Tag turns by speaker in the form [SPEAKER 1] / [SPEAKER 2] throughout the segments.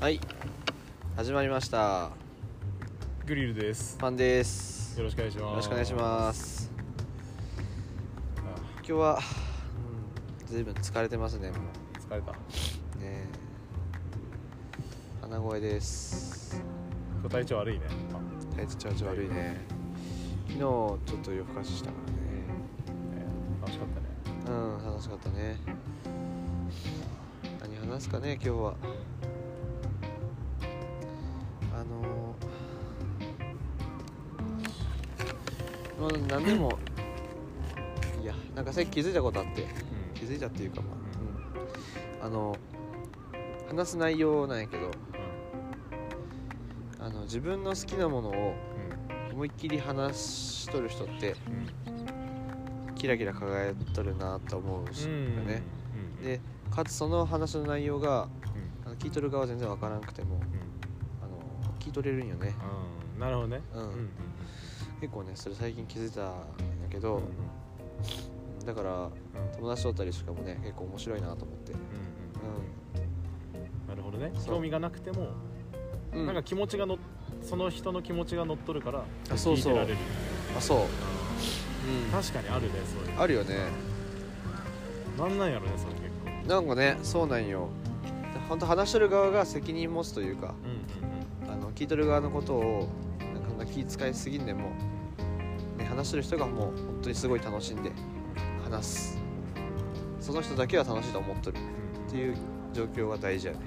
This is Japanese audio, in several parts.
[SPEAKER 1] はい始まりました
[SPEAKER 2] グリルです
[SPEAKER 1] パンです
[SPEAKER 2] よろしくお願いします
[SPEAKER 1] よろしくお願いします今日はうんずいぶん疲れてますねも
[SPEAKER 2] あ疲れた
[SPEAKER 1] うねえ鼻声です
[SPEAKER 2] 体調悪いね
[SPEAKER 1] 体調調悪いね昨日ちょっと夜更かししたから
[SPEAKER 2] あ、ね楽しかっ
[SPEAKER 1] ね
[SPEAKER 2] たね
[SPEAKER 1] うん楽しかったね何話すかね今日はあのまあ何でもいやなんか最近気づいたことあって気づいたっていうかまあ、うんあの話す内容なんやけどあの自分の好きなものを思いっきり話しとる人って
[SPEAKER 2] うんうん
[SPEAKER 1] キラキラ輝いとるなと思うし、
[SPEAKER 2] うん
[SPEAKER 1] ね、
[SPEAKER 2] うん
[SPEAKER 1] でかつその話の内容が
[SPEAKER 2] うん
[SPEAKER 1] あの聞いとる側は全然わからなくても
[SPEAKER 2] うん
[SPEAKER 1] あの聞いとれるんよね
[SPEAKER 2] うんなるほどね
[SPEAKER 1] うん
[SPEAKER 2] うんうん
[SPEAKER 1] 結構ねそれ最近気づいたんやけ
[SPEAKER 2] う
[SPEAKER 1] ど
[SPEAKER 2] ん、
[SPEAKER 1] だから
[SPEAKER 2] うん
[SPEAKER 1] 友達とったりしかもね結構面白いなと思って
[SPEAKER 2] なるほどね
[SPEAKER 1] そう
[SPEAKER 2] 興味がなくても
[SPEAKER 1] うん、
[SPEAKER 2] なんか気持ちがのその人の気持ちが乗っとるから
[SPEAKER 1] あそう
[SPEAKER 2] 聞い
[SPEAKER 1] そう
[SPEAKER 2] てられる
[SPEAKER 1] あそう、
[SPEAKER 2] うん確かにあるねそういう
[SPEAKER 1] あるよね
[SPEAKER 2] のなんなんやろねそれ結構
[SPEAKER 1] なんかねそうなんよ本当話しとる側が責任持つというか
[SPEAKER 2] うんうんうん
[SPEAKER 1] あの聞いとる側のことをなんかそんな気使いすぎんでも、ね、話してる人がもう本当にすごい楽しんで話すその人だけは楽しいと思っとるっていう状況が大事やね、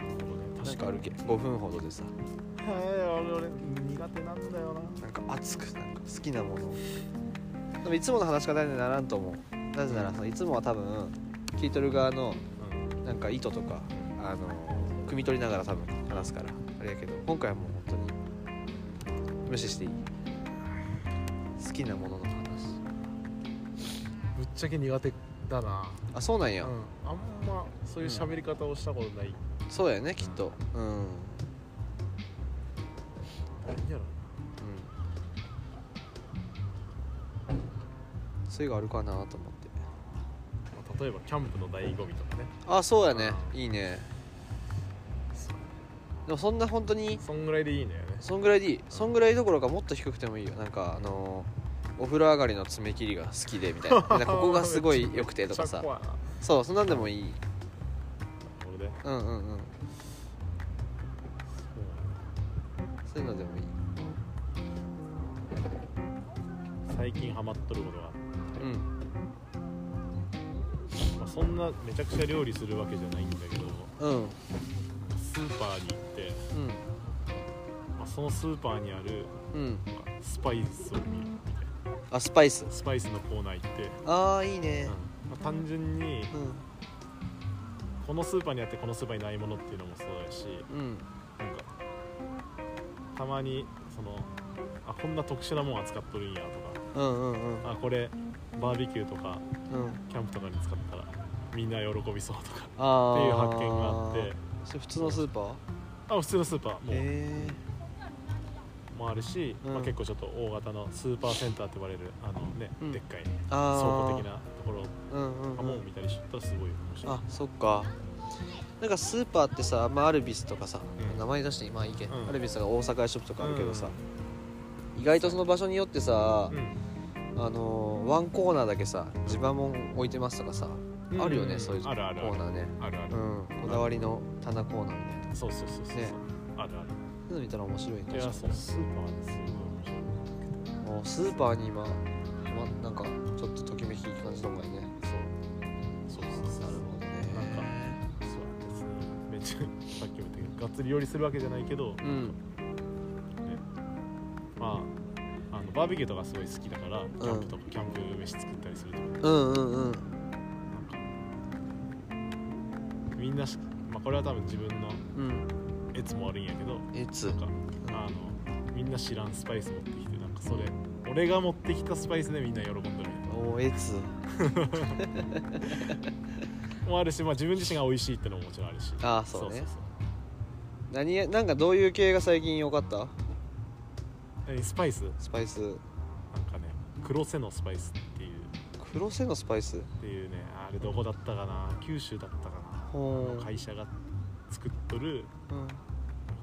[SPEAKER 2] う
[SPEAKER 1] う
[SPEAKER 2] ん
[SPEAKER 1] ん、
[SPEAKER 2] 確
[SPEAKER 1] 確
[SPEAKER 2] か
[SPEAKER 1] か歩
[SPEAKER 2] に
[SPEAKER 1] け5分ほどでさ
[SPEAKER 2] はい俺俺苦手なんだよな
[SPEAKER 1] なんか熱くなんか好きなものをでもいつもの話し方にならんと思うなぜならそのいつもは多分聞いとる側のなんか意図とかあの汲み取りながら多分話すからあれやけど今回はもう本当に無視していい好きなものの話
[SPEAKER 2] ぶっちゃけ苦手だな
[SPEAKER 1] あそうなん
[SPEAKER 2] うん
[SPEAKER 1] や、
[SPEAKER 2] あんまそういう喋り方をしたことない
[SPEAKER 1] そうやねきっとうん、うん、
[SPEAKER 2] 何やろ
[SPEAKER 1] そういうのあるかなと思って
[SPEAKER 2] まあ例えばキャンプの醍醐味とかね
[SPEAKER 1] あそうやねいいねでもそんな本当に
[SPEAKER 2] そんぐらいでいいんだよね
[SPEAKER 1] そんぐらいでいいそんぐらいどころかもっと低くてもいいよなんかあのーお風呂上がりの爪切りが好きでみ たいななんかここがすごい良くてとかさ
[SPEAKER 2] めっちゃ怖いな
[SPEAKER 1] そうそんなんでもいい
[SPEAKER 2] これで
[SPEAKER 1] うんうんうんそういうのでもいい
[SPEAKER 2] 最近ハマっとることがあって、
[SPEAKER 1] うん
[SPEAKER 2] まあ、そんなめちゃくちゃ料理するわけじゃないんだけど
[SPEAKER 1] うんうん
[SPEAKER 2] スーパーに行って、まあ、そのスーパーにある
[SPEAKER 1] うん
[SPEAKER 2] なんかスパイスを見るみたいな
[SPEAKER 1] あスパイス
[SPEAKER 2] スパイスのコーナー行って、
[SPEAKER 1] あーいいね
[SPEAKER 2] まあ、単純に
[SPEAKER 1] う
[SPEAKER 2] このスーパーにあってこのスーパーにないものっていうのもそうだし
[SPEAKER 1] んうん
[SPEAKER 2] なんかたまにそのあこんな特殊なもん扱っとるんやと
[SPEAKER 1] うんうんうん
[SPEAKER 2] かあこれバーベキューとか
[SPEAKER 1] うん
[SPEAKER 2] キャンプとかに使ったらみんな喜びそうとか
[SPEAKER 1] ああ
[SPEAKER 2] っていう発見があって
[SPEAKER 1] それ普通のスーパー
[SPEAKER 2] あ普通のスーパーも,、
[SPEAKER 1] え
[SPEAKER 2] もあるし、
[SPEAKER 1] うん
[SPEAKER 2] まあ、結構ちょっと大型のスーパーセンターって言われるあの、ね
[SPEAKER 1] うん
[SPEAKER 2] でっかい
[SPEAKER 1] ー、あ
[SPEAKER 2] 倉
[SPEAKER 1] ー
[SPEAKER 2] 庫的なところと
[SPEAKER 1] うんうん
[SPEAKER 2] か
[SPEAKER 1] う
[SPEAKER 2] も
[SPEAKER 1] ん
[SPEAKER 2] 見たりしたらすごい面白い。
[SPEAKER 1] あそっかなんかスーパーってさ、まあ、アルビスとかさ、
[SPEAKER 2] うん
[SPEAKER 1] 名前出して今いいけ、
[SPEAKER 2] うん
[SPEAKER 1] アルビスとか大阪屋ショップとかあるけどさ、意外とその場所によってさ
[SPEAKER 2] うん、、
[SPEAKER 1] あのーワンコーナーだけさ地場もん置いてますとかさ、
[SPEAKER 2] うん
[SPEAKER 1] あるよねそういうコ
[SPEAKER 2] あるあるあ
[SPEAKER 1] ー
[SPEAKER 2] る
[SPEAKER 1] ナーね
[SPEAKER 2] あるある、
[SPEAKER 1] うんこだわりの棚コーナーみたいな
[SPEAKER 2] そうそうそうそうそう、
[SPEAKER 1] ね
[SPEAKER 2] あるある
[SPEAKER 1] そういうの見たら面白いね
[SPEAKER 2] いやそうスーパーですごい面白い
[SPEAKER 1] もうスーパーに今、ま、なんかちょっとときめき感じたもんね
[SPEAKER 2] そうそうそうそう
[SPEAKER 1] どね
[SPEAKER 2] なんかそう別にめっちゃさっきも言ったけどがっつり料理するわけじゃないけど、ね
[SPEAKER 1] うん
[SPEAKER 2] まああのバーベキューとかすごい好きだからキャンプとか、キャンプ飯作ったりすると
[SPEAKER 1] うんうんうん
[SPEAKER 2] みんなし、まあ、これは多分自分の
[SPEAKER 1] うん
[SPEAKER 2] やつもあるんやけど
[SPEAKER 1] いつ
[SPEAKER 2] なんかあのみんな知らんスパイス持ってきてなんかそれ俺が持ってきたスパイスでみんな喜んでるみたいな
[SPEAKER 1] おーえつ
[SPEAKER 2] もあるし、まあ、自分自身が美味しいってのももちろんあるし
[SPEAKER 1] あーそうね
[SPEAKER 2] そうそう
[SPEAKER 1] 何なんかどういう系が最近良かった
[SPEAKER 2] えスパイスなん
[SPEAKER 1] スパイス
[SPEAKER 2] かね黒瀬のスパイスっていう
[SPEAKER 1] 黒瀬のスパイス
[SPEAKER 2] っていうねあれどこだったかな九州だったかな
[SPEAKER 1] ほう
[SPEAKER 2] 会社が作っとる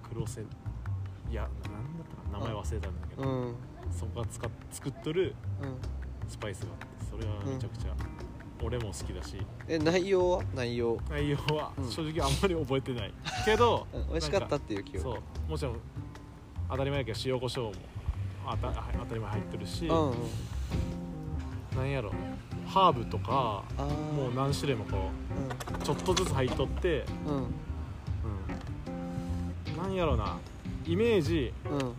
[SPEAKER 2] 黒瀬いや何だったかな名前忘れたんだけど、
[SPEAKER 1] うんうん
[SPEAKER 2] そこが使っ作っとる
[SPEAKER 1] うん
[SPEAKER 2] スパイスがあってそれはめちゃくちゃ、俺も好きだし
[SPEAKER 1] え内容は内容、
[SPEAKER 2] 内容は
[SPEAKER 1] うん
[SPEAKER 2] 正直あんまり覚えて ない、けど
[SPEAKER 1] うん、美味しかった
[SPEAKER 2] な
[SPEAKER 1] っていう記
[SPEAKER 2] んか
[SPEAKER 1] 憶
[SPEAKER 2] そうもちろん当たり前やけど塩コショウもあたあ当たり前入ってるし、
[SPEAKER 1] うんうん
[SPEAKER 2] なんやろハーブとか
[SPEAKER 1] ああ
[SPEAKER 2] もう何種類もこうちょっとずつ入っとって、
[SPEAKER 1] うんうん
[SPEAKER 2] うん、なんやろなイメージ
[SPEAKER 1] うんうん
[SPEAKER 2] ま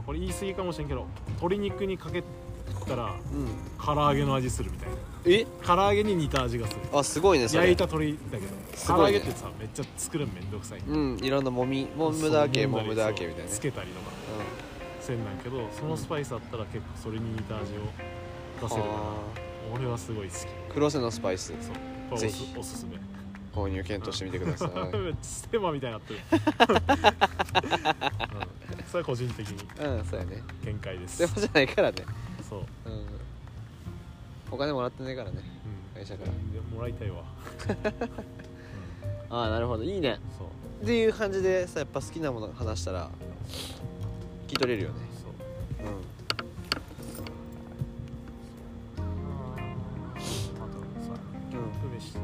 [SPEAKER 2] あこれ言い過ぎかもしれんけど鶏肉にかけたら唐揚げの味するみたいな
[SPEAKER 1] え
[SPEAKER 2] 唐揚げに似た味がする
[SPEAKER 1] あすごいねそれ
[SPEAKER 2] 焼いた鶏だけど、
[SPEAKER 1] す
[SPEAKER 2] 唐
[SPEAKER 1] ご
[SPEAKER 2] 揚
[SPEAKER 1] い
[SPEAKER 2] げ
[SPEAKER 1] ね
[SPEAKER 2] ってさめっちゃ作るのめんどくさい
[SPEAKER 1] うんいろんなもみもむだけ
[SPEAKER 2] そう
[SPEAKER 1] も
[SPEAKER 2] ん
[SPEAKER 1] む
[SPEAKER 2] り
[SPEAKER 1] だけみたいな
[SPEAKER 2] そう
[SPEAKER 1] ね
[SPEAKER 2] つけたりとかせんなんけどそのスパイスあったら結構それに似た味
[SPEAKER 1] う
[SPEAKER 2] を
[SPEAKER 1] ん
[SPEAKER 2] 出せるか
[SPEAKER 1] あ
[SPEAKER 2] ら俺はすごい好き
[SPEAKER 1] ー黒瀬のスパイス
[SPEAKER 2] そうこれ
[SPEAKER 1] ぜ
[SPEAKER 2] おす
[SPEAKER 1] ひ
[SPEAKER 2] おすすめ
[SPEAKER 1] 購入検討してみてください
[SPEAKER 2] めっちゃ ステマみたいになってる、うんそれは個人的に
[SPEAKER 1] うんそうやね
[SPEAKER 2] 見解です
[SPEAKER 1] でもじゃないからね
[SPEAKER 2] そう、うん、
[SPEAKER 1] うんお金もらってないからね会社から
[SPEAKER 2] でもらいたいわ、うん
[SPEAKER 1] ああなるほどいいね
[SPEAKER 2] そう
[SPEAKER 1] っていう感じでさやっぱ好きなもの話したら聞き取れるよね
[SPEAKER 2] そう
[SPEAKER 1] うん
[SPEAKER 2] あとさ
[SPEAKER 1] う
[SPEAKER 2] 久米してさ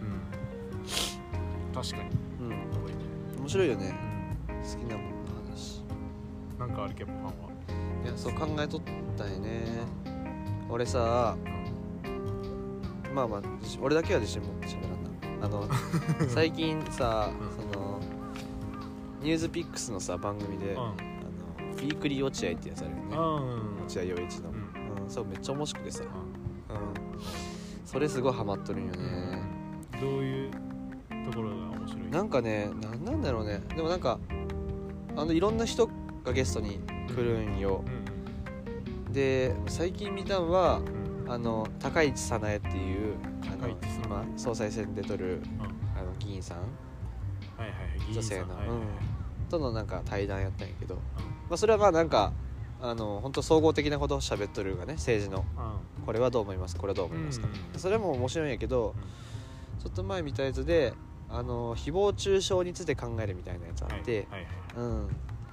[SPEAKER 2] うん確かに
[SPEAKER 1] ん、うん、
[SPEAKER 2] 多いね
[SPEAKER 1] 面白いよね好きなものの話
[SPEAKER 2] なんかあるけどパンはい
[SPEAKER 1] やそう考えとったんやね俺さまあまあ自信俺だけは自信持って喋らんなあの 最近さ
[SPEAKER 2] うん
[SPEAKER 1] そのニュースピックスのさ番組で、あの
[SPEAKER 2] う
[SPEAKER 1] ウィークリー落合ってやつあるよ
[SPEAKER 2] ん
[SPEAKER 1] ね
[SPEAKER 2] うん
[SPEAKER 1] 落合陽一の、うん、そうめっちゃ面白くてさ、
[SPEAKER 2] う
[SPEAKER 1] うん、それすごいハマっとるんよね
[SPEAKER 2] んどういうところが面白い
[SPEAKER 1] なんかねなんなんだろうねでもなんかあのいろんな人がゲストに来るんよ
[SPEAKER 2] うん
[SPEAKER 1] で最近見たんは
[SPEAKER 2] うん
[SPEAKER 1] あの高市早苗っていうあ
[SPEAKER 2] 高
[SPEAKER 1] の
[SPEAKER 2] 市早苗
[SPEAKER 1] 今総裁選でとる
[SPEAKER 2] うん
[SPEAKER 1] あの議員さん
[SPEAKER 2] はいはいはい議
[SPEAKER 1] 女
[SPEAKER 2] 員さん
[SPEAKER 1] 性の、
[SPEAKER 2] はいはい
[SPEAKER 1] うんとのなんか対談やったんやけど、まあ、それはまあなんかあの本当総合的なことを喋っとるがね政治のこれはどう思いますこれはどう
[SPEAKER 2] う
[SPEAKER 1] 思
[SPEAKER 2] ん
[SPEAKER 1] いますか、
[SPEAKER 2] うん
[SPEAKER 1] それも面白いんやけどちょっと前見たやつであの誹謗中傷について考えるみたいなやつあって、
[SPEAKER 2] はいはい
[SPEAKER 1] う
[SPEAKER 2] はい
[SPEAKER 1] ん、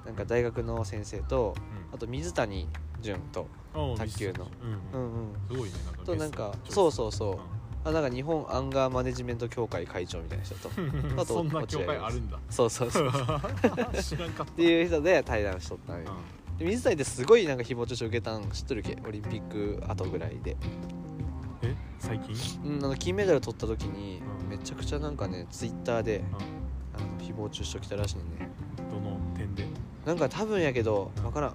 [SPEAKER 1] なんか大学の先生と
[SPEAKER 2] うん
[SPEAKER 1] あと水谷隼と、
[SPEAKER 2] ああ
[SPEAKER 1] 卓球の
[SPEAKER 2] うん
[SPEAKER 1] うんうん、
[SPEAKER 2] すごいねなんか
[SPEAKER 1] となんか
[SPEAKER 2] ゲス
[SPEAKER 1] そ
[SPEAKER 2] ト
[SPEAKER 1] うそうそう、
[SPEAKER 2] うん
[SPEAKER 1] あなんか日本アンガーマネジメント協会会長みたいな人 とあと
[SPEAKER 2] そんな教会あるんだ
[SPEAKER 1] そうそうそう
[SPEAKER 2] 知らんかった
[SPEAKER 1] っていう人で対談しとったんよ
[SPEAKER 2] うん
[SPEAKER 1] で水谷ってすごいなんか誹謗中傷受けたん知っとるけオリンピック後ぐらいで、
[SPEAKER 2] え最近
[SPEAKER 1] うん、あの金メダル取った時に
[SPEAKER 2] うん
[SPEAKER 1] めちゃくちゃなんかねツイッターで
[SPEAKER 2] う
[SPEAKER 1] あの誹謗中傷来たらしいね
[SPEAKER 2] んどの点で
[SPEAKER 1] なんか多分やけど分からん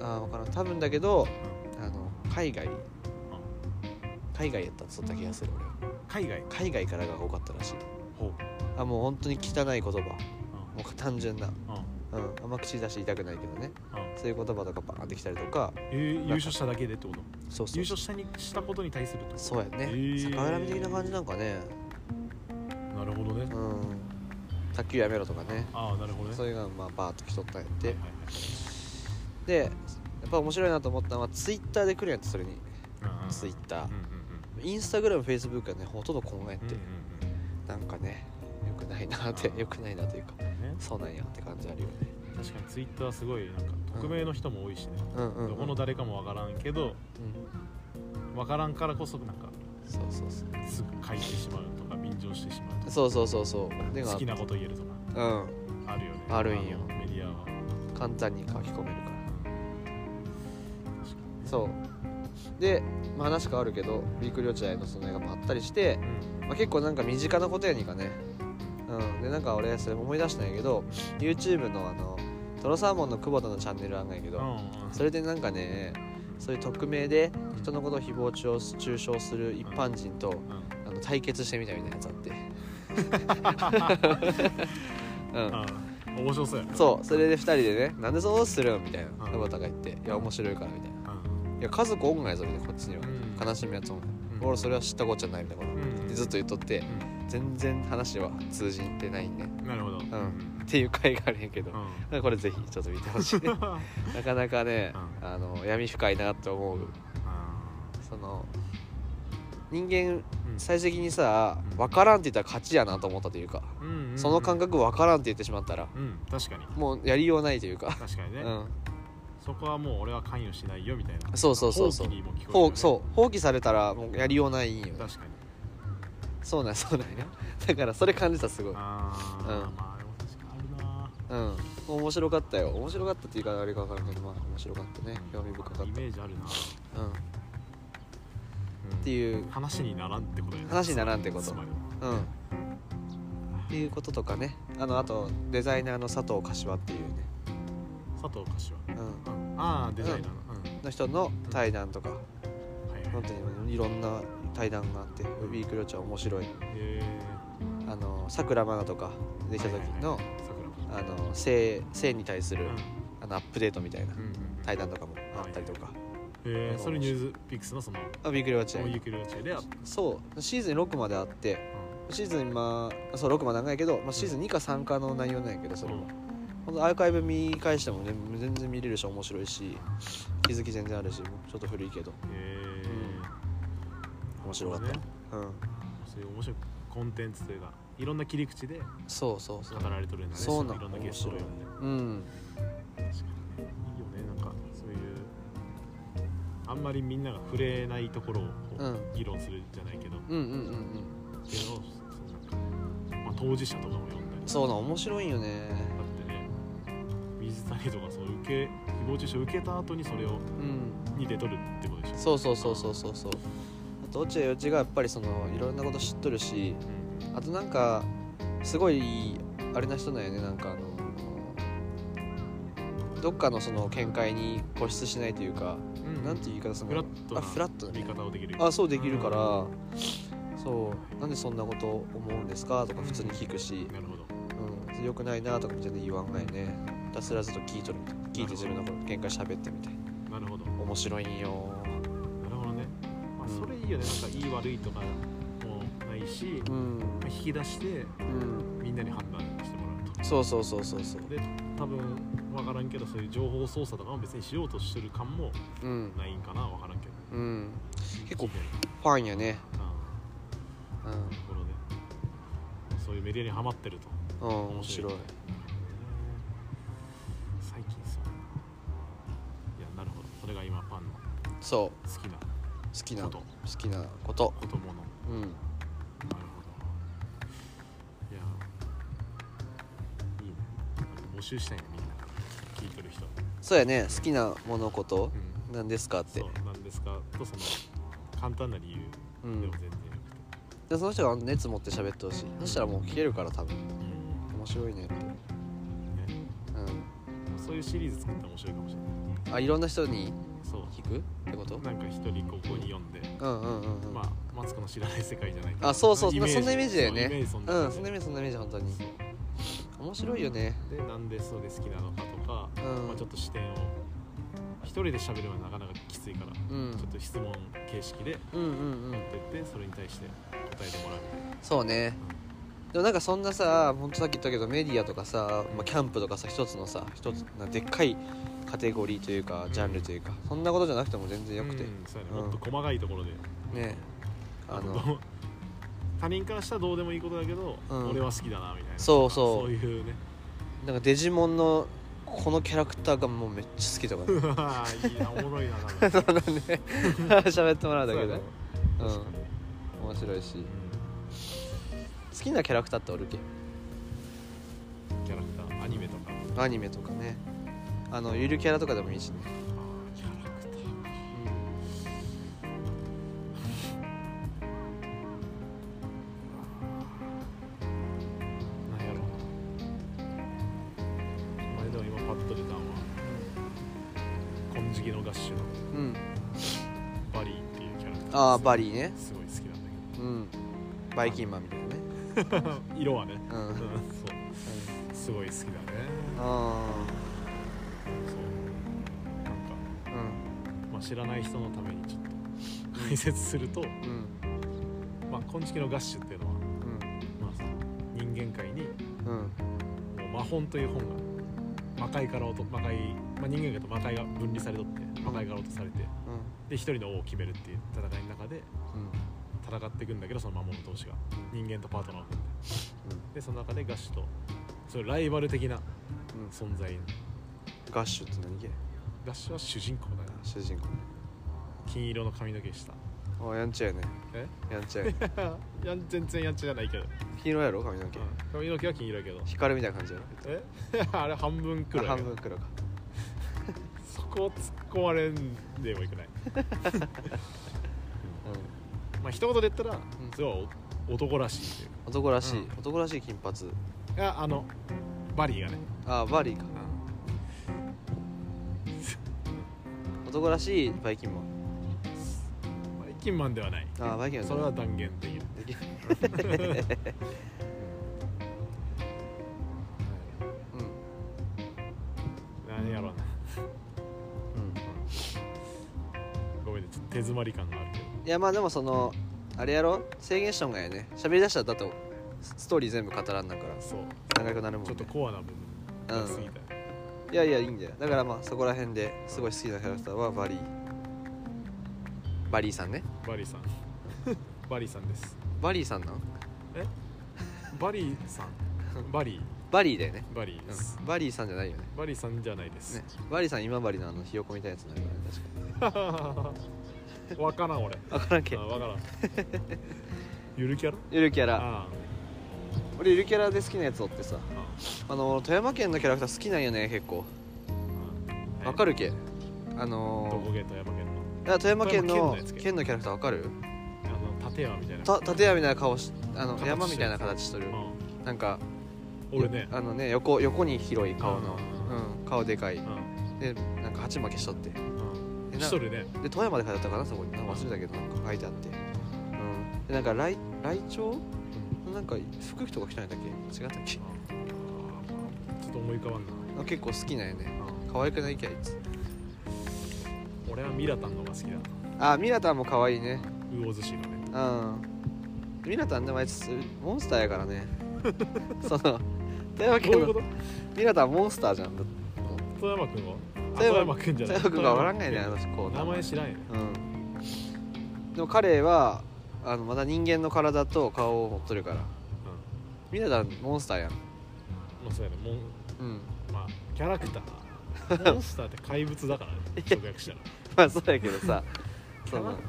[SPEAKER 1] あ分からん多分だけどあの海外海外やったっつった気がする俺は
[SPEAKER 2] 海外
[SPEAKER 1] 海外からが多かったらしい
[SPEAKER 2] ほう
[SPEAKER 1] あもう本当に汚い言葉
[SPEAKER 2] う
[SPEAKER 1] もう単純な、
[SPEAKER 2] んうん
[SPEAKER 1] うん、あんま口出して言いたくないけどね
[SPEAKER 2] うん
[SPEAKER 1] そういう言葉とかバーンってきたりとか
[SPEAKER 2] えー優勝しただけでってこと
[SPEAKER 1] そうそう
[SPEAKER 2] 優勝したにしたことに対するってこと
[SPEAKER 1] そうやね、
[SPEAKER 2] へー
[SPEAKER 1] 逆恨み的な感じなんかね
[SPEAKER 2] なるほどね
[SPEAKER 1] うん卓球やめろとかね
[SPEAKER 2] ああなるほどね
[SPEAKER 1] そう
[SPEAKER 2] う
[SPEAKER 1] いうのがまあバーッときとったんやって
[SPEAKER 2] はいはい
[SPEAKER 1] でやっぱ面白いなと思ったのはツイッターで来るんやってそれに
[SPEAKER 2] はいうんうん
[SPEAKER 1] ツイッター
[SPEAKER 2] うんうん
[SPEAKER 1] インスタグラムフェイスブックはねほとんどこんがやっ
[SPEAKER 2] うんうん
[SPEAKER 1] て、なんかねよくないなって
[SPEAKER 2] あー
[SPEAKER 1] よくないなというか
[SPEAKER 2] うんうんね
[SPEAKER 1] そうなんやって感じあるよね
[SPEAKER 2] 確かにツイッターすごいなんか匿名の人も多いしね
[SPEAKER 1] うんうん、うん、
[SPEAKER 2] どこの誰かもわからんけど
[SPEAKER 1] うん
[SPEAKER 2] わからんからこそなんか
[SPEAKER 1] そうそうそう
[SPEAKER 2] すぐ書いてしまうとか便乗してしまうと
[SPEAKER 1] そうそうそうそうで
[SPEAKER 2] か好き
[SPEAKER 1] う
[SPEAKER 2] なこと言えるとか
[SPEAKER 1] ん
[SPEAKER 2] あるよね
[SPEAKER 1] あるんよ
[SPEAKER 2] あのメディアは
[SPEAKER 1] 簡単に書き込めるから
[SPEAKER 2] 確かにね
[SPEAKER 1] そうで、まあ、話変わるけどウィークリオチアへのその映画もあったりして、
[SPEAKER 2] うん
[SPEAKER 1] まあ、結構なんか身近なことやにかねうんでなんか俺それ思い出したんやけど YouTube のあのトロサーモンの久保田のチャンネルあんがやけど、
[SPEAKER 2] うんうん
[SPEAKER 1] それでなんかねそういう匿名で人のことを誹謗中傷中傷する一般人と、
[SPEAKER 2] う
[SPEAKER 1] あの対決してみたみたいなやつあってうん
[SPEAKER 2] んあー面白そうやな
[SPEAKER 1] そうそれで2人でね「なんでそうするん?」みたいな
[SPEAKER 2] うん
[SPEAKER 1] 久保田が言って「いや面白いから」みたいな
[SPEAKER 2] う
[SPEAKER 1] 「
[SPEAKER 2] ん
[SPEAKER 1] いや家族おんがやそれでこっちには
[SPEAKER 2] うん
[SPEAKER 1] 悲しむやつおんがや
[SPEAKER 2] うん
[SPEAKER 1] 俺それは知ったこっちゃない」みたいなこ
[SPEAKER 2] うん
[SPEAKER 1] とずっと言っとって全然話は通じてないんでっ
[SPEAKER 2] うんなるほどうん
[SPEAKER 1] ていう回があるんやけど
[SPEAKER 2] うん
[SPEAKER 1] これぜひちょっと見てほしいな
[SPEAKER 2] あ
[SPEAKER 1] かなかね
[SPEAKER 2] う
[SPEAKER 1] あの闇深いなと思う
[SPEAKER 2] ー
[SPEAKER 1] その人間
[SPEAKER 2] うん
[SPEAKER 1] 最終的にさ
[SPEAKER 2] うん
[SPEAKER 1] 分からんって言ったら勝ちやなと思ったというか
[SPEAKER 2] うんうんうん
[SPEAKER 1] その感覚分からんって言ってしまったら
[SPEAKER 2] うん確かに
[SPEAKER 1] もうやりようないというか、
[SPEAKER 2] 確かに
[SPEAKER 1] う
[SPEAKER 2] ね、
[SPEAKER 1] ん、
[SPEAKER 2] そこはもう俺は関与しないよみたいな
[SPEAKER 1] そうそうそうそう
[SPEAKER 2] 放棄にも聞こえるよ
[SPEAKER 1] ほ
[SPEAKER 2] ね
[SPEAKER 1] うそう放棄されたらもうやりようないんよ
[SPEAKER 2] 確かに
[SPEAKER 1] そうなんそうなんよだからそれ感じたすごい
[SPEAKER 2] ああ、
[SPEAKER 1] うん
[SPEAKER 2] まあでも確かにあるな
[SPEAKER 1] うん面白かったよ面白かったっていうかあれか分からんけどまあ面白かったね興味深かった、う
[SPEAKER 2] イ
[SPEAKER 1] ん、
[SPEAKER 2] メージあるな、
[SPEAKER 1] っていう
[SPEAKER 2] 話にならんってことやね
[SPEAKER 1] 話にならんってこと
[SPEAKER 2] つまり
[SPEAKER 1] うんっていうこととかねあのあとデザイナーの佐藤柏っていうね、
[SPEAKER 2] 佐藤柏
[SPEAKER 1] う
[SPEAKER 2] ああデザイナーのうん、
[SPEAKER 1] ん、の人の対談とか
[SPEAKER 2] はいはい
[SPEAKER 1] 本当にいろんな対談があってウィーク旅長面白い
[SPEAKER 2] え
[SPEAKER 1] あのさくらまなとか
[SPEAKER 2] ー、
[SPEAKER 1] できた時の、
[SPEAKER 2] はいはいはい桜子
[SPEAKER 1] あの性性に対する、
[SPEAKER 2] う
[SPEAKER 1] あのアップデートみたいなん
[SPEAKER 2] うんうん
[SPEAKER 1] 対談とかもあったりとか、
[SPEAKER 2] えー、それニューズピックスのその
[SPEAKER 1] あウィークリーワッチ
[SPEAKER 2] そう
[SPEAKER 1] で
[SPEAKER 2] いうクルーチェであっ
[SPEAKER 1] そうシーズン6まであってシーズンまあそう6まで長いけど、まあ、シーズン2か3かの内容なんやけどそれも、ほんとアーカイブ見返してもね全然見れるし面白いし気づき全然あるしちょっと古いけど
[SPEAKER 2] えー、
[SPEAKER 1] 面白かった
[SPEAKER 2] そうね
[SPEAKER 1] うん
[SPEAKER 2] そういう面白いコンテンツというかいろんな切り口で
[SPEAKER 1] そうそうそう
[SPEAKER 2] 語られてるんだね
[SPEAKER 1] そうなの
[SPEAKER 2] いろんなゲストを呼んで
[SPEAKER 1] うん
[SPEAKER 2] 確かにねいいよねなんかそういうあんまりみんなが触れないところをこう
[SPEAKER 1] うん
[SPEAKER 2] 議論するじゃないけど、
[SPEAKER 1] うんうんうんうん
[SPEAKER 2] っていうのをそのなんか、まあ、当事者とかも呼んだり
[SPEAKER 1] そうなん面白いんよね
[SPEAKER 2] だってね水谷とかそう受け誹謗中傷受けた後にそれを
[SPEAKER 1] うん
[SPEAKER 2] に出とるってことでしょ
[SPEAKER 1] そうそうそうそうそうそうあと落合陽一がやっぱりそのいろんなこと知っとるし
[SPEAKER 2] うん
[SPEAKER 1] あとなんかすごいあれな人なんよねなんかあのどっかのその見解に固執しないというか、
[SPEAKER 2] うん
[SPEAKER 1] なんていう言い方する
[SPEAKER 2] フラ
[SPEAKER 1] の
[SPEAKER 2] ットな
[SPEAKER 1] あフラットだ
[SPEAKER 2] 言
[SPEAKER 1] ね
[SPEAKER 2] い方をできる
[SPEAKER 1] あそうできるから、そうなんでそんなこと思うんですかとか普通に聞くし、
[SPEAKER 2] なるほど
[SPEAKER 1] うん、よくないなとかも全然言わんないねひたすらずっと聞いとるみたいな聞いて自分の見解喋ってみたいな
[SPEAKER 2] なるほど
[SPEAKER 1] 面白いんよ
[SPEAKER 2] なるほどね、まあ、
[SPEAKER 1] うん
[SPEAKER 2] それいいよねなんかいい悪いとかもないし、
[SPEAKER 1] う
[SPEAKER 2] ま
[SPEAKER 1] ん
[SPEAKER 2] あ引き出して
[SPEAKER 1] うん
[SPEAKER 2] みんなに判断してもらうと
[SPEAKER 1] そうそうそうそうそう
[SPEAKER 2] で多分分からんけどそういう情報操作とかも別にしようとしてる感も
[SPEAKER 1] うん
[SPEAKER 2] ないんかな分からんけど
[SPEAKER 1] うん結構
[SPEAKER 2] 聞いてる
[SPEAKER 1] ファンやね
[SPEAKER 2] あ
[SPEAKER 1] うん
[SPEAKER 2] あところでそういうメディアにはまってると
[SPEAKER 1] うん、面白い。
[SPEAKER 2] 最近そうだないやなるほどそれが今パンの
[SPEAKER 1] そ
[SPEAKER 2] 好きな
[SPEAKER 1] う、好きな
[SPEAKER 2] こ
[SPEAKER 1] ことと、好きなこと。
[SPEAKER 2] 子供の
[SPEAKER 1] うん、
[SPEAKER 2] なるほどいやいいね募集したいねみんな聞いてる人
[SPEAKER 1] そうやね、好きな物事
[SPEAKER 2] う、ん
[SPEAKER 1] なんですかって
[SPEAKER 2] そ。うなんですかとその簡単な理由
[SPEAKER 1] う
[SPEAKER 2] で
[SPEAKER 1] ん
[SPEAKER 2] も、全然よくて、
[SPEAKER 1] で、その人が熱持って喋ってほしい。そしたらもう切れるから、多分面白いねって。
[SPEAKER 2] ねそういうシリーズ作ったら面白いかもしれない
[SPEAKER 1] うん、あ、いろんな人に
[SPEAKER 2] そう
[SPEAKER 1] 聞くってこと。
[SPEAKER 2] なんか一人ここに読んで、
[SPEAKER 1] うん、うん、うん、うん。
[SPEAKER 2] まあマツコの知らない世界じゃないけど
[SPEAKER 1] あ、そうそう、そん
[SPEAKER 2] イメ
[SPEAKER 1] な
[SPEAKER 2] ージ
[SPEAKER 1] そんなイメージだよ
[SPEAKER 2] そうイメー
[SPEAKER 1] ね
[SPEAKER 2] ジ。そんな
[SPEAKER 1] う
[SPEAKER 2] 感
[SPEAKER 1] ん、
[SPEAKER 2] じ
[SPEAKER 1] そんなイメージ、そんなイメージ、本当に。面白いよね。
[SPEAKER 2] でなんでそうで好きなのかとか、
[SPEAKER 1] うん
[SPEAKER 2] まあ、ちょっと視点を一人で喋るのはなかなかきついから、
[SPEAKER 1] うん
[SPEAKER 2] ちょっと質問形式で
[SPEAKER 1] うん、うん、うん。
[SPEAKER 2] 出てそれに対して答えてもらうみたいな
[SPEAKER 1] そうねでもなんかそんなさ本当さっき言ったけどメディアとかさ、まあ、キャンプとかさ一つのさ一つなでっかいカテゴリーというかジャンルというかそんなことじゃなくても全然よくて、
[SPEAKER 2] うんそうやね
[SPEAKER 1] うん
[SPEAKER 2] もっと細かいところで
[SPEAKER 1] ねあの
[SPEAKER 2] どう 他人からしたらどうでもいいことだけど、
[SPEAKER 1] うん
[SPEAKER 2] 俺は好きだなみたいな
[SPEAKER 1] そうそう
[SPEAKER 2] そういうね
[SPEAKER 1] なんかデジモンのこのキャラクターがもうめっちゃ好きとか、ね、
[SPEAKER 2] うわいいなおもろいななんか
[SPEAKER 1] そんなね 喋ってもらうだけ
[SPEAKER 2] そう
[SPEAKER 1] で
[SPEAKER 2] や
[SPEAKER 1] う
[SPEAKER 2] ね
[SPEAKER 1] ん面白いし
[SPEAKER 2] う
[SPEAKER 1] 好きなキャラクターっておるけ
[SPEAKER 2] んキャラクターアニメとか
[SPEAKER 1] アニメとかねあのゆるキャラとかでもいいしね
[SPEAKER 2] あーキャラクターなんやろまあでも今パッと出たのは金色のガッシュの
[SPEAKER 1] うん
[SPEAKER 2] バリーっていうキャラクター
[SPEAKER 1] ああバリーね
[SPEAKER 2] すごい好きなんだ
[SPEAKER 1] うんバイキンマンみたいなね
[SPEAKER 2] けど色はね、
[SPEAKER 1] うん
[SPEAKER 2] うんそうすごい好きだね
[SPEAKER 1] あ
[SPEAKER 2] そうなんか、
[SPEAKER 1] あうん
[SPEAKER 2] まあ、知らない人のためにちょっと解説すると、
[SPEAKER 1] うん
[SPEAKER 2] まあ、金色のガッシュっていうのは、まあ、その人間界に
[SPEAKER 1] うんうん
[SPEAKER 2] もう魔本という本が魔界から落と魔界、まあ、人間界と魔界が分離されとって魔界から落とされてで一人の王を決めるっていう戦いの中で戦っていくんだけどその魔物同士が人間とパートナーを組んででその中でガッシュとそれライバル的な
[SPEAKER 1] うんうん
[SPEAKER 2] 存在
[SPEAKER 1] ガッシュって何系
[SPEAKER 2] ガッシュは主人公だよ
[SPEAKER 1] 主人
[SPEAKER 2] 金色の髪の毛した
[SPEAKER 1] 公あやんちゃやね
[SPEAKER 2] え
[SPEAKER 1] やんちゃや
[SPEAKER 2] やん全然やんちゃじゃないけど、
[SPEAKER 1] 黄色やろ髪の毛
[SPEAKER 2] うん髪の毛は金色やけど
[SPEAKER 1] 光るみたいな感じや
[SPEAKER 2] え あれ半分く
[SPEAKER 1] ろ
[SPEAKER 2] らい
[SPEAKER 1] 半分黒か
[SPEAKER 2] そこを突っ込まれんでもいくない
[SPEAKER 1] うん
[SPEAKER 2] まあ一言で言ったら、
[SPEAKER 1] ん
[SPEAKER 2] すごいお男らしいという
[SPEAKER 1] 男らしい、
[SPEAKER 2] う
[SPEAKER 1] 男らしい金髪
[SPEAKER 2] かいやあのバリーがね、
[SPEAKER 1] あバリーか男らしいバイキンマン
[SPEAKER 2] バイキンマンではない
[SPEAKER 1] あバイキンマン
[SPEAKER 2] それは断言できる
[SPEAKER 1] できるうん
[SPEAKER 2] 何やろうなごめんねちょっと手詰まり感があるけど
[SPEAKER 1] うんいやまあでもそのあれやろ制限した方がいいね喋り出したらだとスストーリー全部語らんだから
[SPEAKER 2] そう
[SPEAKER 1] 長くなるもん
[SPEAKER 2] ちょ
[SPEAKER 1] ね
[SPEAKER 2] っとコアな部分が過ぎたよ、
[SPEAKER 1] いやいやいいんだよだからまあそこら辺ですごい好きなキャラクターはバリーバリーさんね
[SPEAKER 2] バリー さんバリーさんです
[SPEAKER 1] バリーさんなん
[SPEAKER 2] えバリーさん バリ
[SPEAKER 1] バリーだよね、
[SPEAKER 2] ーバリーです、
[SPEAKER 1] うん、バリーさんじゃないよね
[SPEAKER 2] バリーさんじゃないです、
[SPEAKER 1] ねバリーさん今治のあのひよこみたいなやつになるからね確か
[SPEAKER 2] わからん俺
[SPEAKER 1] に分からんけ
[SPEAKER 2] あわ からんゆるキャラ
[SPEAKER 1] ゆるキャラ
[SPEAKER 2] あ
[SPEAKER 1] 俺ゆるキャラで好きなやつおってさ
[SPEAKER 2] あ
[SPEAKER 1] あの富山県のキャラクター好きなんよね結構
[SPEAKER 2] あ
[SPEAKER 1] わか
[SPEAKER 2] る
[SPEAKER 1] るけあ
[SPEAKER 2] ど
[SPEAKER 1] の
[SPEAKER 2] こゲート山県の
[SPEAKER 1] ー、あ富山県
[SPEAKER 2] 富山県の
[SPEAKER 1] の
[SPEAKER 2] やつけ
[SPEAKER 1] 県のキャラクターわかる
[SPEAKER 2] あの立山みたいな
[SPEAKER 1] た立山みたいな顔しあの
[SPEAKER 2] 形してる
[SPEAKER 1] 山みたいな形しとる
[SPEAKER 2] うん
[SPEAKER 1] なんか
[SPEAKER 2] 俺ね
[SPEAKER 1] あのね横横に広い顔の
[SPEAKER 2] う
[SPEAKER 1] うん顔でかい
[SPEAKER 2] うん
[SPEAKER 1] でなんか鉢巻きしとって
[SPEAKER 2] うん
[SPEAKER 1] でな
[SPEAKER 2] しとるね
[SPEAKER 1] で富山で書いてあったかなそこになんか忘れたけどなんか書いてあってうんでなんか来来鳥のなんか服着とか着たんだっけ違ったっけ
[SPEAKER 2] ちょっと思い浮かばんな
[SPEAKER 1] あ結構好きなんやね可愛くないきゃいつ
[SPEAKER 2] 俺はミラタンの方が好きだ
[SPEAKER 1] あミラタンも可愛いね
[SPEAKER 2] 魚津市のね
[SPEAKER 1] うんミラタンでもあいつモンスターやから ねその富山
[SPEAKER 2] どう
[SPEAKER 1] 県
[SPEAKER 2] いうこ
[SPEAKER 1] の
[SPEAKER 2] と
[SPEAKER 1] ミラタンモンスターじゃん
[SPEAKER 2] 富山君はあ
[SPEAKER 1] 富
[SPEAKER 2] 富
[SPEAKER 1] 山
[SPEAKER 2] 山君じゃない
[SPEAKER 1] 僕がおらんがいねあの子
[SPEAKER 2] 名前知らんよね
[SPEAKER 1] うんでも彼はあのまだ人間の体と顔を持っとるから
[SPEAKER 2] うん
[SPEAKER 1] ミラタンモンスターやん
[SPEAKER 2] まあそうやねもん
[SPEAKER 1] うん
[SPEAKER 2] まあキャラクターモンスターって怪物だからね直訳したら
[SPEAKER 1] まあそうやけど さ
[SPEAKER 2] キ
[SPEAKER 1] そ
[SPEAKER 2] ャラ
[SPEAKER 1] の
[SPEAKER 2] そう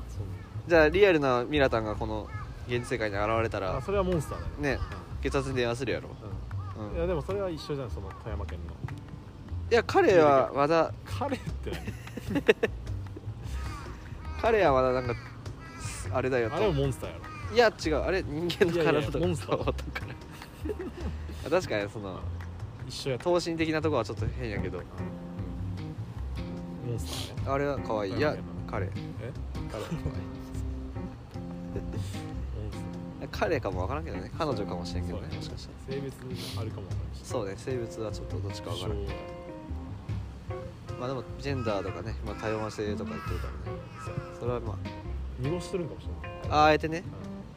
[SPEAKER 1] じゃあリアルなミラタンがこの現実世界に現れた
[SPEAKER 2] あ
[SPEAKER 1] ら
[SPEAKER 2] それはモンスターだね
[SPEAKER 1] ね血圧に電話するやろ、う
[SPEAKER 2] う
[SPEAKER 1] ん
[SPEAKER 2] うん
[SPEAKER 1] ん、
[SPEAKER 2] い
[SPEAKER 1] い
[SPEAKER 2] やでもそれは一緒じゃんその富山県の
[SPEAKER 1] や彼はまだ
[SPEAKER 2] 彼って何
[SPEAKER 1] 彼はまだなんかあれだよ
[SPEAKER 2] あれは
[SPEAKER 1] と
[SPEAKER 2] モンスターや
[SPEAKER 1] いや違うあれ人間の
[SPEAKER 2] いやい
[SPEAKER 1] 体
[SPEAKER 2] や
[SPEAKER 1] とか
[SPEAKER 2] モンスター
[SPEAKER 1] そうだからあ 確かにそ
[SPEAKER 2] ろ
[SPEAKER 1] の
[SPEAKER 2] 一緒やった
[SPEAKER 1] 闘神的なとこはちょっと変やけど、
[SPEAKER 2] モンスターね
[SPEAKER 1] あれは可愛いいや彼
[SPEAKER 2] え
[SPEAKER 1] 彼は 可愛い
[SPEAKER 2] モンス
[SPEAKER 1] 彼かもわからんけどね彼女かもしれんけど
[SPEAKER 2] そう
[SPEAKER 1] ね
[SPEAKER 2] ね
[SPEAKER 1] もしかしたら
[SPEAKER 2] ター性別あるかもわかんないし
[SPEAKER 1] そうね生物はちょっとどっちかわからん
[SPEAKER 2] 昭和
[SPEAKER 1] まあでもジェンダーとかね、まあ、多様性とか言ってるからね
[SPEAKER 2] そう
[SPEAKER 1] それはま
[SPEAKER 2] 濁してるんかもしれない
[SPEAKER 1] あああえてね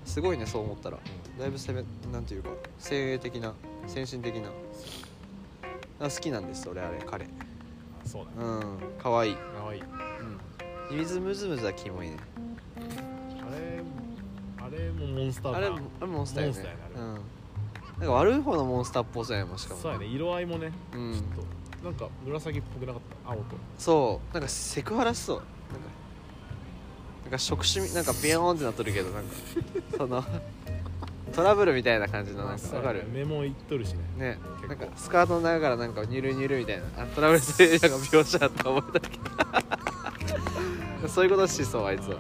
[SPEAKER 2] う
[SPEAKER 1] すごいねそう思ったら
[SPEAKER 2] ん
[SPEAKER 1] だいぶ攻めなんていうか精鋭的な先進的なあ好きなんです俺あれ彼
[SPEAKER 2] あそうだ
[SPEAKER 1] う
[SPEAKER 2] ね
[SPEAKER 1] ん可愛い
[SPEAKER 2] 可愛い
[SPEAKER 1] ミミズムズムズはキモいね
[SPEAKER 2] あれあれもモンスター
[SPEAKER 1] あ
[SPEAKER 2] か
[SPEAKER 1] れあれモンスターよ
[SPEAKER 2] モンスター
[SPEAKER 1] ね
[SPEAKER 2] やねあ
[SPEAKER 1] う
[SPEAKER 2] れ
[SPEAKER 1] んなんか悪い方のモンスターっぽさやもんしかも
[SPEAKER 2] そうやね色合いもね
[SPEAKER 1] うん
[SPEAKER 2] ちょっとなんか紫っぽくなかった青と
[SPEAKER 1] そうなんかセクハラしそうなんかなんか触手みなんかビヨーンってなっとるけどなんかそ のトラブルみたいな感じのなんかわかる
[SPEAKER 2] 目もいっとるしね
[SPEAKER 1] ね
[SPEAKER 2] 構
[SPEAKER 1] なんかスカートの中からなんかニュルニュルみたいなあトラブルするなんか描写あった覚えたけど そういうことしそうあいつは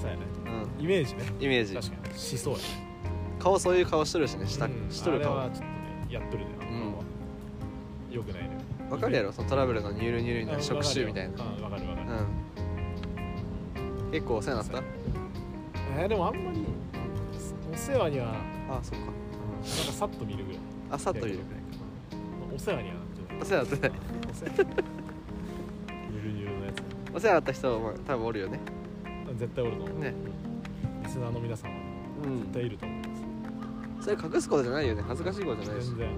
[SPEAKER 2] そうやね
[SPEAKER 1] うんうん
[SPEAKER 2] イメージね
[SPEAKER 1] イメージ
[SPEAKER 2] 確かにしそうやね
[SPEAKER 1] 顔そういう顔しとるしねした
[SPEAKER 2] うん
[SPEAKER 1] しとる顔
[SPEAKER 2] あれは
[SPEAKER 1] わ
[SPEAKER 2] ちょっとねやっとるね
[SPEAKER 1] うん
[SPEAKER 2] よくないね
[SPEAKER 1] かるやろそのトラブルのニュルニュルみたいな触手みたいな
[SPEAKER 2] うんわかるわかる
[SPEAKER 1] うん結構お世話になっ
[SPEAKER 2] えーでもあんまりお世話にはなん
[SPEAKER 1] たあそっか
[SPEAKER 2] かさっと見るぐらい
[SPEAKER 1] あさっと見る
[SPEAKER 2] お世話にはなってない
[SPEAKER 1] お世話になってない
[SPEAKER 2] お世話ゆるゆるのやつ
[SPEAKER 1] お世話になった人も多分おるよね
[SPEAKER 2] 絶対おると思う
[SPEAKER 1] ね
[SPEAKER 2] リスナーの皆さんは
[SPEAKER 1] う
[SPEAKER 2] 絶
[SPEAKER 1] ん
[SPEAKER 2] 対いると思います
[SPEAKER 1] それ隠すことじゃないよね恥ずかしいことじゃないし
[SPEAKER 2] 全然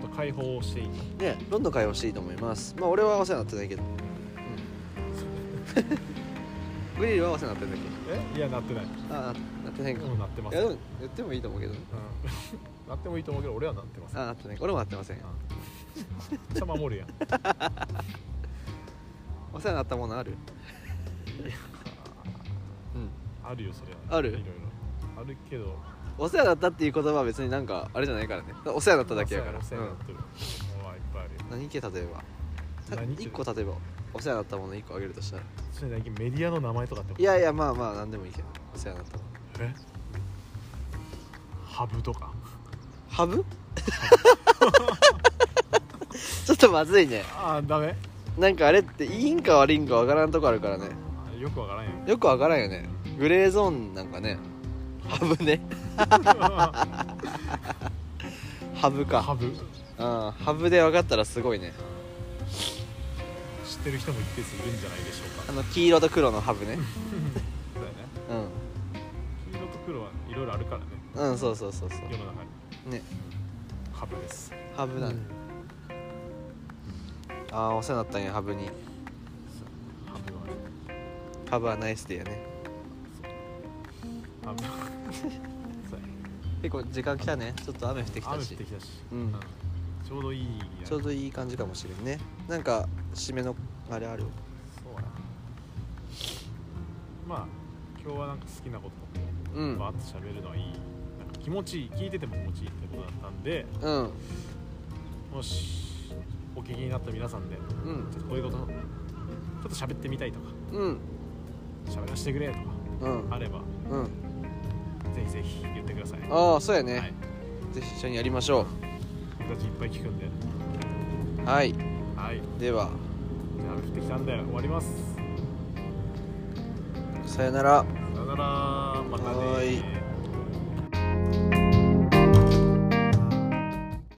[SPEAKER 2] 本当解放していい
[SPEAKER 1] ねどんどん会話していいと思いますまあ俺はお世話になってないけどグリルは合わせになってるんだっ
[SPEAKER 2] えいやなってない
[SPEAKER 1] けあななってないか
[SPEAKER 2] もうなってま
[SPEAKER 1] い
[SPEAKER 2] す
[SPEAKER 1] や
[SPEAKER 2] う
[SPEAKER 1] で
[SPEAKER 2] ん
[SPEAKER 1] もやってもいいと思うけどね
[SPEAKER 2] なってもいいと思うけど俺はなってます
[SPEAKER 1] あなってない俺もなってません
[SPEAKER 2] うん下守るやん
[SPEAKER 1] お世話になったものあるうん
[SPEAKER 2] あるよそれは
[SPEAKER 1] ある
[SPEAKER 2] いろいろあるけど
[SPEAKER 1] お世話だったっていう言葉は別になんかあれじゃないからねお世話だっただけやから、
[SPEAKER 2] まあそう
[SPEAKER 1] う
[SPEAKER 2] や
[SPEAKER 1] ん
[SPEAKER 2] なそうやなってるもうはいっぱいあるよ
[SPEAKER 1] 何系例えば
[SPEAKER 2] 何系
[SPEAKER 1] 1個例えばお世話になったもの1個あげるとしたら
[SPEAKER 2] それ何メディアの名前とかってこと
[SPEAKER 1] いやいやまあまあ何でもいいけどお世話になったもの
[SPEAKER 2] えハブとか
[SPEAKER 1] ハブ ちょっとまずいね
[SPEAKER 2] ああダメ
[SPEAKER 1] なんかあれっていいんか悪いんかわからんとこあるからね
[SPEAKER 2] あよく わからんよ
[SPEAKER 1] よくわからんよねグレーゾーンなんかねハブねハブか
[SPEAKER 2] ハブ
[SPEAKER 1] うんハブで分かったらすごいね
[SPEAKER 2] 知ってる人も一定数いるんじゃないでしょうか
[SPEAKER 1] あの黄色と黒のハブね
[SPEAKER 2] そうだよね
[SPEAKER 1] う
[SPEAKER 2] 黄色と黒はいろいろあるからね
[SPEAKER 1] んうんそうそうそうそう
[SPEAKER 2] 世の中に
[SPEAKER 1] ね
[SPEAKER 2] ハブです
[SPEAKER 1] ハブだね、ああお世話になったんやハブに
[SPEAKER 2] ハブはね
[SPEAKER 1] ハブはナイスデーやね
[SPEAKER 2] ハブそうや ね
[SPEAKER 1] 結構時間来たねちょっと雨降ってき
[SPEAKER 2] 雨
[SPEAKER 1] た
[SPEAKER 2] 降っ
[SPEAKER 1] して
[SPEAKER 2] きたし、
[SPEAKER 1] うん
[SPEAKER 2] ちょうどいいや
[SPEAKER 1] ちょうどいい感じかもしれんねなんか締めのあれある
[SPEAKER 2] そうやなまあ今日はなんか好きなこと
[SPEAKER 1] うん
[SPEAKER 2] バーッと喋るのはいい、なんか気持ちいい聞いてても気持ちいいってことだったんで
[SPEAKER 1] うん
[SPEAKER 2] もしお聞きになった皆さんでち
[SPEAKER 1] うん
[SPEAKER 2] ょっとこういうことちょっと喋ってみたいとか
[SPEAKER 1] うん
[SPEAKER 2] 喋らせてくれとか
[SPEAKER 1] うん
[SPEAKER 2] あれば
[SPEAKER 1] うん
[SPEAKER 2] ぜひぜひ言ってください
[SPEAKER 1] ああそうやね、
[SPEAKER 2] はい、
[SPEAKER 1] ぜひ一緒にやりましょ
[SPEAKER 2] 僕たちいっぱい聞くんで
[SPEAKER 1] うはい
[SPEAKER 2] はい
[SPEAKER 1] では
[SPEAKER 2] じゃあ降ってきたんで終わります
[SPEAKER 1] さよなら
[SPEAKER 2] さよならまたね
[SPEAKER 1] はーい